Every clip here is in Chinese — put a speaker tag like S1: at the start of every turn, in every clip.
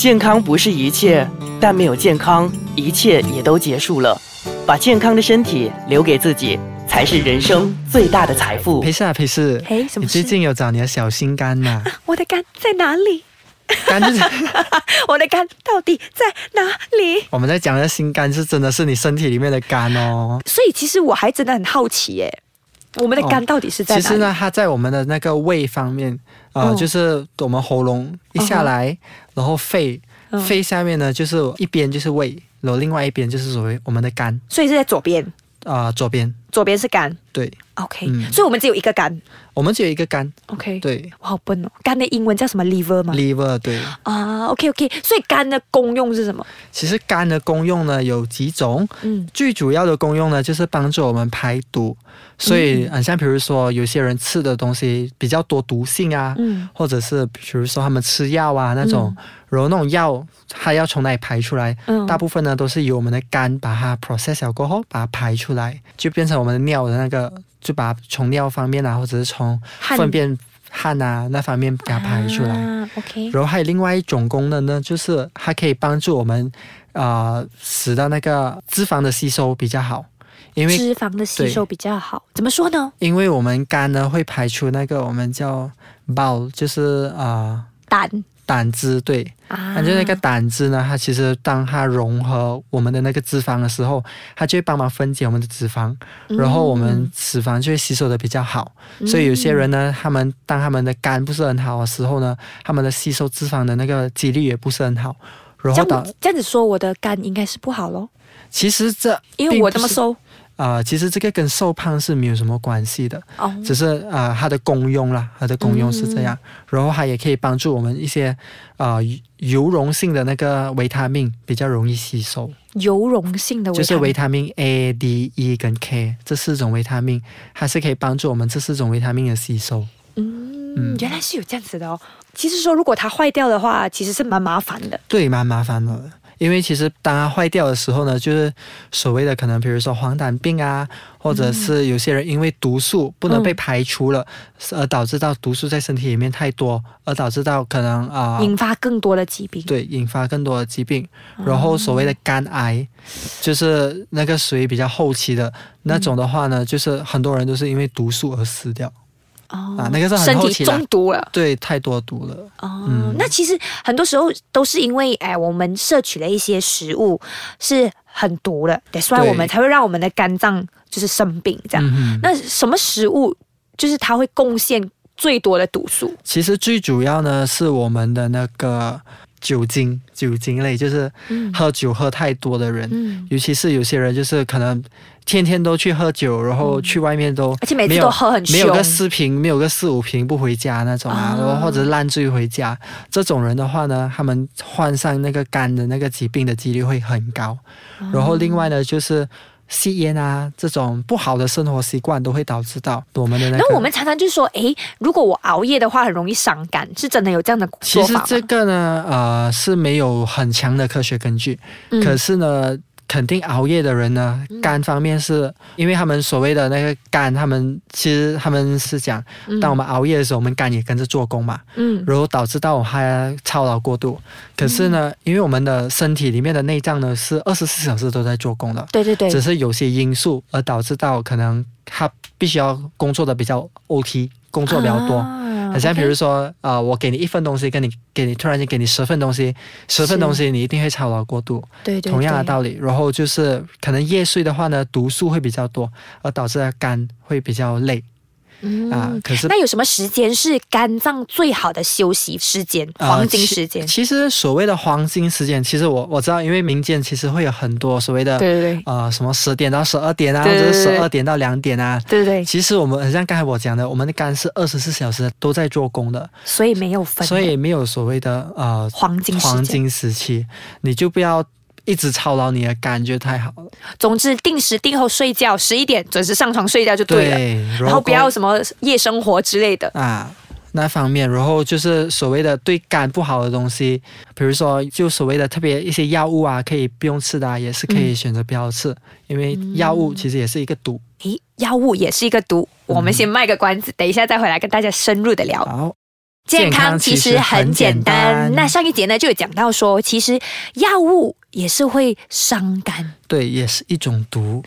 S1: 健康不是一切，但没有健康，一切也都结束了。把健康的身体留给自己，才是人生最大的财富
S2: 裴。事啊，裴事，
S3: 哎什么
S2: 你最
S3: 事
S2: 近有找你的小心肝 吗？
S3: 我的肝在哪里？
S2: 肝就是
S3: 我的肝到底在哪里？
S2: 我们在讲的心肝是真的是你身体里面的肝哦。
S3: 所以其实我还真的很好奇耶，我们的肝到底是在
S2: 其
S3: 哪里？
S2: 实呢，它在我们的那个胃方面，呃，
S3: 哦
S2: 就是我们喉咙一下来，然后肺，
S3: 嗯
S2: 肺下面呢就是一边就是胃，然后另外一边就是所谓我们的肝，
S3: 所以是在左边，
S2: 啊、左边。
S3: 左边是肝。
S2: 对，
S3: OK，、
S2: 嗯
S3: 所以我们只有一个肝。
S2: 我们只有一个肝，
S3: OK，，
S2: 对
S3: 我好笨哦。肝的英文叫什么？liver 吗？
S2: ，liver，对。
S3: 啊，OK OK，所以肝的功用是什么？
S2: 其实肝的功用呢有几种，
S3: 嗯
S2: 最主要的功用呢，就是帮助我们排毒。所以，嗯，像比如说，有些人吃的东西比较多毒性啊，
S3: 嗯
S2: 或者是比如说他们吃药啊那种，然后那种药它要从哪里排出来？
S3: 嗯
S2: 大部分呢都是由我们的肝把它 process 了过后，把它排出来，就变成我们的尿的那个，就把它从尿方面啊，或者是从
S3: 汗
S2: 粪便汗啊那方面给它排出来。
S3: 啊、OK，
S2: 然后还有另外一种功能呢，就是它可以帮助我们，啊，使到那个脂肪的吸收比较好，因为
S3: 脂肪的吸收比较好，怎么说呢？
S2: 因为我们肝呢会排出那个我们叫 bile，就是啊、呃
S3: 胆
S2: 胆汁，对，
S3: 啊，
S2: 它就那个胆汁呢，它其实当它融合我们的那个脂肪的时候，它就会帮忙分解我们的脂肪，
S3: 嗯
S2: 然后我们脂肪就会吸收的比较好。所以有
S3: 嗯
S2: 些人呢，他们当他们的肝不是很好的时候呢，他们的吸收脂肪的那个几率也不是很好。然后
S3: 这
S2: 导
S3: 样这样子说，我的肝应该是不好咯，
S2: 其实这
S3: 因为
S2: 并
S3: 我
S2: 不
S3: 这么
S2: 是
S3: 瘦
S2: 啊、其实这个跟瘦胖是没有什么关系的，
S3: 哦。
S2: 只是啊、呃它的功用啦，它的功用是
S3: 嗯
S2: 这样。然后它也可以帮助我们一些啊、呃油溶性的那个维他命比较容易吸收。
S3: 油溶性的维
S2: 就是
S3: 他
S2: 维
S3: 命
S2: 他命 A、D、E 跟 K 这四种维他命，它是可以帮助我们这四种维他命的吸收。
S3: 嗯，原来是有这样子的哦。其实说如果它坏掉的话，其实是蛮麻烦的。
S2: 对，蛮麻烦的，因为其实当它坏掉的时候呢，就是所谓的可能，比如说黄疸病啊，或
S3: 嗯
S2: 者是有些人因为毒素不能被排除了，而导致到毒素在身体里面太多，而导致到可能啊。
S3: 引发哦更多的疾病。
S2: 对，引发更多的疾病，然后所谓的肝癌，就是那个属于比较后期的那种的话呢，就是很多人都是因为毒素而死掉。
S3: 哦
S2: 啊那个是很
S3: 身
S2: 后
S3: 体
S2: 期啦
S3: 中毒了。
S2: 对，太多毒了。
S3: 哦，
S2: 嗯
S3: 那其实很多时候都是因为哎，我们摄取了一些食物是很毒的，所以
S2: 对
S3: 我们才会让我们的肝脏就是生病这样。
S2: 嗯哼，
S3: 那什么食物就是它会贡献最多的毒素？
S2: 其实最主要呢是我们的那个酒精，酒精类就是
S3: 嗯
S2: 喝酒喝太多的人，
S3: 嗯，
S2: 尤其是有些人就是可能天天都去喝酒，然后去外面都
S3: 而且每
S2: 没
S3: 次
S2: 有
S3: 都喝嗯很
S2: 没
S3: 凶
S2: 有，个四瓶，没有个四五瓶不回家那种啊，然后或者烂醉回家，这种人的话呢，他们患上那个肝的那个疾病的几率会很高。
S3: 哦
S2: 然后另外呢，就是吸烟啊这种不好的生活习惯都会导致到我们的那个。
S3: 那我们常常就说，诶，如果我熬夜的话，很容易伤肝，是真的有这样的
S2: 其
S3: 说
S2: 实
S3: 法吗？
S2: 这个呢，呃，是没有很强的科学根据，
S3: 嗯
S2: 可是呢。肯定熬夜的人呢，肝方面是、因为他们所谓的那个肝，他们其实他们是讲，当我们熬夜的时候，我们肝也跟着做工嘛，
S3: 嗯
S2: 然后导致到我们操劳过度。可是呢，
S3: 嗯
S2: 因为我们的身体里面的内脏呢是二十四小时都在做工的，
S3: 对对对，
S2: 只是有些因素而导致到可能他必须要工作的比较 OT，工作比较多。
S3: 啊
S2: 很像比
S3: OK
S2: 如说，啊，我给你一份东西，跟你给你突然间给你十份东西，十份
S3: 是
S2: 东西你一定会操劳过度。
S3: 对对
S2: 同样的
S3: 对
S2: 道理，然后就是可能夜睡的话呢，毒素会比较多，而导致肝会比较累
S3: 嗯
S2: 啊、可是
S3: 那有什么时间是肝脏最好的休息时间、
S2: 呃
S3: 黄金
S2: 其
S3: 时间？
S2: 其实所谓的黄金时间，其实我我知道，因为民间其实会有很多所谓的
S3: 对对对
S2: 呃什么十点到十二点啊，或
S3: 对对
S2: 者
S3: 对
S2: 是
S3: 对
S2: 十二点到两点啊。
S3: 对对对，
S2: 其实我们很像刚才我讲的，我们的肝是二十四小时都在做工的，
S3: 所以没有分的，
S2: 所以没有所谓的呃
S3: 黄金时间
S2: 黄金时期，你就不要一直操劳你的肝，就太好了。
S3: 总之定时定后睡觉，十一点准时上床睡觉就对了。啊然后不要什么夜生活之类的，
S2: 啊那方面，然后就是所谓的对肝不好的东西，比如说就所谓的特别一些药物啊，可以不用吃的、啊，也是可
S3: 嗯
S2: 以选择不要吃，因为药物其实也是一个毒。
S3: 诶，药物也是一个毒。我们先卖个关子，等一下再回来跟大家深入的聊。
S2: 好，
S3: 健康其实很简单。那上一节呢就有讲到说，其实药物也是会伤肝，
S2: 对，也是一种毒。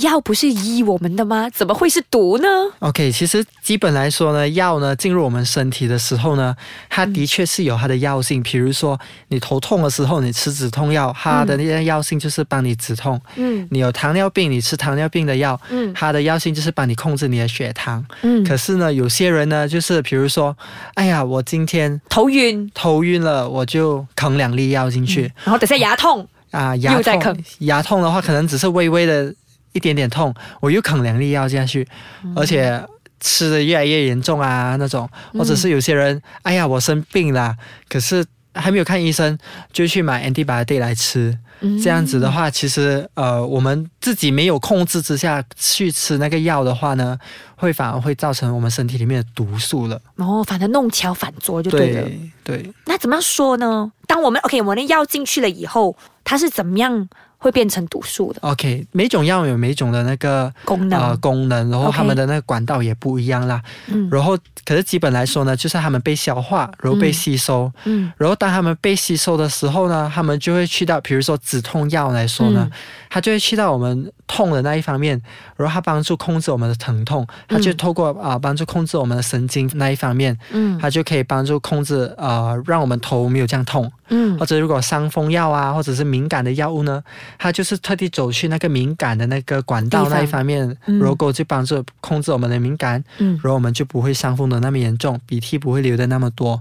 S3: 药不是医我们的吗？怎么会是毒呢？
S2: OK，其实基本来说呢，药呢进入我们身体的时候呢，
S3: 嗯
S2: 它的确是有它的药性。比如说你头痛的时候，你吃止痛药，它的那些药性就是帮你止痛；
S3: 嗯
S2: 你有糖尿病，你吃糖尿病的药，
S3: 嗯
S2: 它的药性就是帮你控制你的血糖。
S3: 嗯，
S2: 可是呢，有些人呢，就是比如说，哎呀，我今天
S3: 头晕，
S2: 头晕了，我就啃两粒药进去
S3: 然后等下牙痛，
S2: 啊、牙
S3: 又在
S2: 痛
S3: 啃，
S2: 牙痛的话可能只是微微的一点点痛，我又啃两粒药下去，
S3: 嗯
S2: 而且吃的越来越严重啊那种，或者
S3: 嗯
S2: 是有些人，哎呀，我生病啦，可是还没有看医生就去买 antibiotic 来吃，
S3: 嗯
S2: 这样子的话，其实呃，我们自己没有控制之下去吃那个药的话呢，会反而会造成我们身体里面的毒素了。
S3: 然后哦反正弄巧反拙就对了。
S2: 对，
S3: 那怎么样说呢？当我们 OK，我们的药进去了以后，它是怎么样会变成毒素的
S2: OK，每种药有每种的那个
S3: 功能？
S2: 呃功能，然后
S3: OK
S2: 它们的那个管道也不一样啦。
S3: 嗯
S2: 然后，可是基本来说呢，就是它们被消化，然后被
S3: 嗯
S2: 吸收。
S3: 嗯
S2: 然后当它们被吸收的时候呢，它们就会去到，比如说止痛药来说呢，
S3: 嗯
S2: 它就会去到我们痛的那一方面，然后它帮助控制我们的疼痛，它就
S3: 嗯
S2: 透过啊、帮助控制我们的神经那一方面，
S3: 嗯
S2: 它就可以帮助控制呃让我们头没有这样痛，
S3: 嗯
S2: 或者如果伤风药啊或者是敏感的药物呢，它就是特地走去那个敏感的那个管道
S3: 地方
S2: 那一方面，
S3: 嗯
S2: 然后就帮助控制我们的敏感，
S3: 嗯，
S2: 然后我们就不会伤风的那么严重，鼻涕不会流的那么多，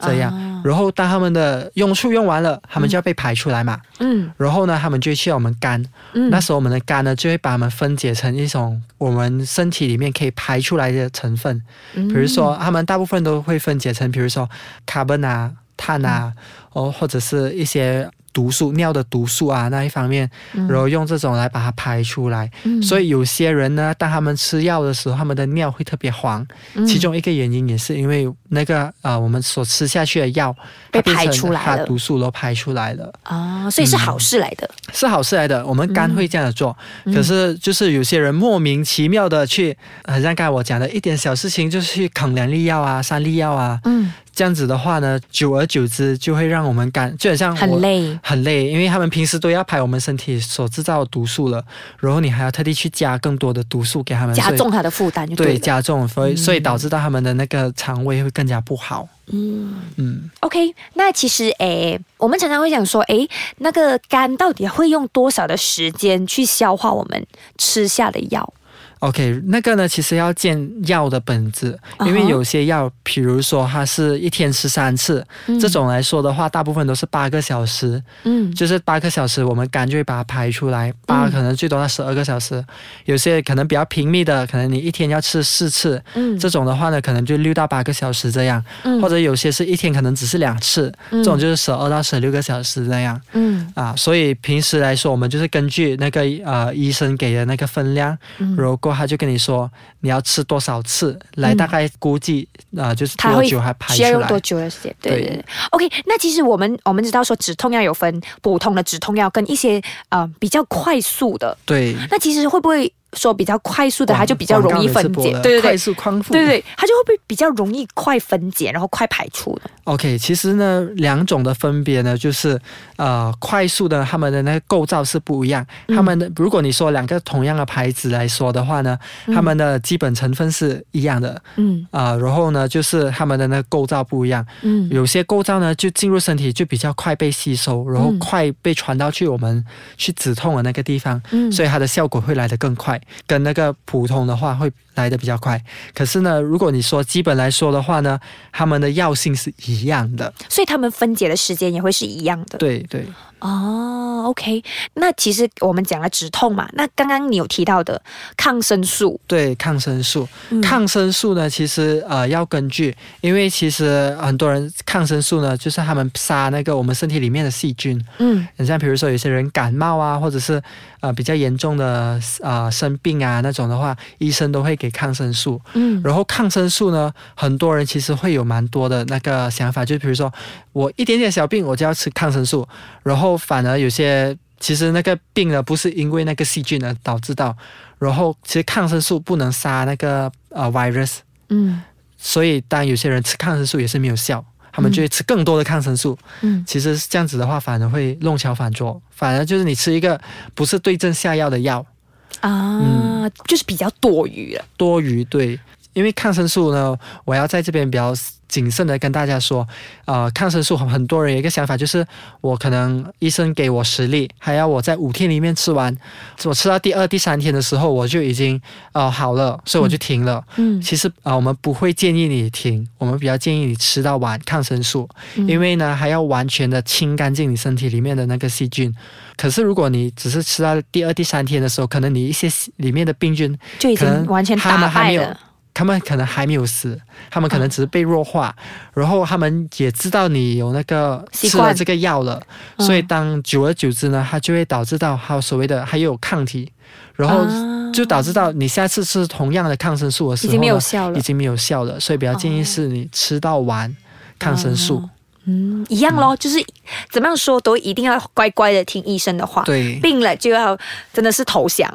S2: 这样。
S3: 啊
S2: 然后当他们的用处用完了，他们就要被排出来嘛。
S3: 嗯
S2: 然后呢，他们就去我们肝，
S3: 嗯，
S2: 那时候我们的肝呢就会把它们分解成一种我们身体里面可以排出来的成分，
S3: 比
S2: 比如说他们大部分都会分解成，比如说 carbon 啊、碳啊，
S3: 嗯
S2: 哦或者是一些毒素、尿的毒素啊那一方面，
S3: 嗯
S2: 然后用这种来把它排出来。所
S3: 以
S2: 以有些人呢，当他们吃药的时候，他们的尿会特别黄，
S3: 嗯
S2: 其中一个原因也是因为那个啊、呃我们所吃下去的药
S3: 被
S2: 它变成
S3: 排出来
S2: 它
S3: 了
S2: 毒素都排出来了，
S3: 啊，所以是好事来的。
S2: 是好事来的。我们肝会这样的做，
S3: 嗯
S2: 可是就是有些人莫名其妙的去，很像刚才我讲的一点小事情，就是去啃两粒药啊、三粒药啊，
S3: 嗯，
S2: 这样子的话呢，久而久之就会让我们肝就很像我
S3: 很累。
S2: 很累，因为他们平时都要排我们身体所制造的毒素了，然后你还要特地去加更多的毒素给他们，
S3: 加
S2: 所以
S3: 重他的负担就
S2: 对
S3: 了
S2: 加重，所以、所以
S3: 嗯
S2: 导致到他们的那个肠胃会更加不好。
S3: 嗯
S2: 嗯，
S3: ，OK，那其实诶，我们常常会想说，诶，那个肝到底会用多少的时间去消化我们吃下的药？
S2: OK，那个呢，其实要见药的本质，因
S3: 嗯
S2: 为
S3: 哼
S2: 有些药，比如说它是一天吃三次，这种来说的话，大部分都是八个小时，
S3: 嗯，
S2: 就是八个小时，我们肝就会把它排出来，八
S3: 嗯
S2: 可能最多到十二个小时，有些可能比较频密的，可能你一天要吃四次，
S3: 嗯
S2: 这种的话呢，可能就六到八个小时这样，
S3: 嗯
S2: 或者有些是一天可能只是两次，
S3: 这
S2: 这种就是十二到十六个小时这样。
S3: 嗯
S2: 啊，所以平时来说，我们就是根据那个呃医生给的那个分量，
S3: 嗯
S2: 然后过后他就跟你说你要吃多少次，来
S3: 嗯
S2: 大概估计啊、呃就是
S3: 它
S2: 多
S3: 会
S2: 久还排
S3: 需
S2: 出
S3: 要用
S2: 来
S3: 多。久的时间？对对
S2: 对
S3: 对。OK，那其实我们我们知道说止痛药有分普通的止痛药跟一些呃比较快速的，
S2: 对，
S3: 那其实会不会说比较快速的它
S2: 广
S3: 就比较容易分
S2: 广告
S3: 解
S2: 也是？播
S3: 对对
S2: 了快
S3: 对。
S2: 速康复。
S3: 对对，对它就会被比较容易快分解，然后快排出的。
S2: OK，其实呢，两种的分别呢，就是呃，快速的它们的那个构造是不一样。
S3: 嗯
S2: 它们的如果你说两个同样的牌子来说的话呢，它们的基本成分是一样的
S3: 嗯
S2: 啊、然后呢，就是它们的那个构造不一样。
S3: 嗯
S2: 有些构造呢，就进入身体就比较快被吸收，然后
S3: 嗯
S2: 快被传到去我们去止痛的那个地方，
S3: 嗯
S2: 所以它的效果会来得更快，跟那个普通的话会来得比较快。可是呢，如果你说基本来说的话呢，它们的药性是一样的。
S3: 所以它们分解的时间也会是一样的。
S2: 对对，
S3: 哦，OK，那其实我们讲了止痛嘛，那刚刚你有提到的抗生素，
S2: 对抗生素，
S3: 嗯
S2: 抗生素呢，其实呃要根据，因为其实很多人抗生素呢，就是他们杀那个我们身体里面的细菌，
S3: 嗯
S2: 很像比如说有些人感冒啊，或者是呃比较严重的呃生病啊那种的话，医生都会给抗生素。
S3: 嗯
S2: 然后抗生素呢，很多人其实会有蛮多的那个想法，就比如说我一点点小病我就要吃抗生素，然后反而有些其实那个病呢不是因为那个细菌而导致到，然后其实抗生素不能杀那个呃 virus。
S3: 嗯
S2: 所以当有些人吃抗生素也是没有效，他们就会吃更多的抗生素。
S3: 嗯
S2: 其实这样子的话，反而会弄巧反拙，反而就是你吃一个不是对症下药的药，嗯
S3: 啊，就是比较多余了。
S2: 多余对。因为抗生素呢，我要在这边比较谨慎的跟大家说，呃，抗生素很多人有一个想法就是，我可能医生给我十粒，还要我在五天里面吃完，我吃到第二、第三天的时候我就已经呃好了，所以我就停了。
S3: 嗯
S2: 其实啊、呃我们不会建议你停，我们比较建议你吃到完抗生素，
S3: 嗯
S2: 因为呢还要完全的清干净你身体里面的那个细菌。可是如果你只是吃到第二、第三天的时候，可能你一些细里面的病菌，
S3: 嗯就已
S2: 可能
S3: 经完全
S2: 他
S3: 打
S2: 们还
S3: 败
S2: 没有
S3: 了。
S2: 他们可能还没有死，他们可能只是被弱化，然后他们也知道你有那个
S3: 习
S2: 吃
S3: 惯
S2: 了这个药了，
S3: 嗯
S2: 所以当久而久之呢，它就会导致到还有所谓的还有抗体，然后嗯
S3: 啊
S2: 就导致到你下次吃同样的抗生素的时
S3: 已
S2: 候
S3: 经没有
S2: 呢
S3: 效了
S2: 已。经没有效了，哦所以比较建议是你吃到完抗生素。
S3: 嗯，一样咯，就是怎么样说都一定要乖乖的听医生的 话。
S2: 对
S3: 病了就要真的是投降。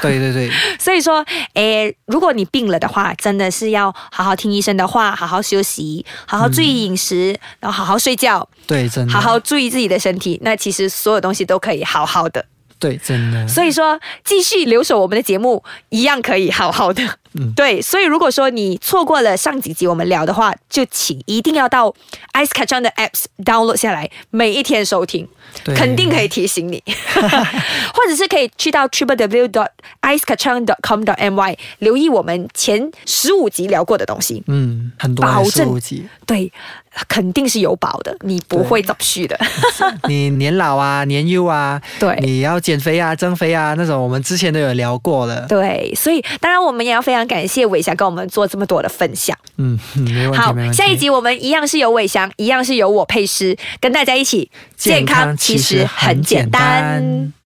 S2: 对对对，
S3: 所以说，诶，如果你病了的话，真的是要好好听医生的话，好好休息，好好注意饮食，然后好好睡觉，
S2: 对真的，
S3: 好好注意自己的身体。那其实所有东西都可以好好的。
S2: 对真的，
S3: 所以说，继续留守我们的节目，一样可以好好的。
S2: 嗯
S3: 对，所以如果说你错过了上几集我们聊的话，就请一定要到 Ice c a t c h o n 的 Apps download 下来，每一天收听，
S2: 对
S3: 肯定可以提 醒你，或者是可以去到 triple w dot ice c a t c h o n dot com dot my 留意我们前十五集聊过的东西，
S2: 嗯，很多
S3: 保
S2: 还是
S3: 证
S2: 无极。
S3: 对，肯定是有保的，你不会走虚的。
S2: 你年老啊，年幼啊，
S3: 对
S2: 你要减肥啊，增肥啊，那种我们之前都有聊过了。
S3: 对，所以当然我们也要非常感谢伟翔跟我们做这么多的分享。
S2: 嗯，嗯没问题，
S3: 好
S2: 没问，题。
S3: 下一集我们一样是由伟翔，一样是由我配诗，跟大家一起
S2: 健康其实很简单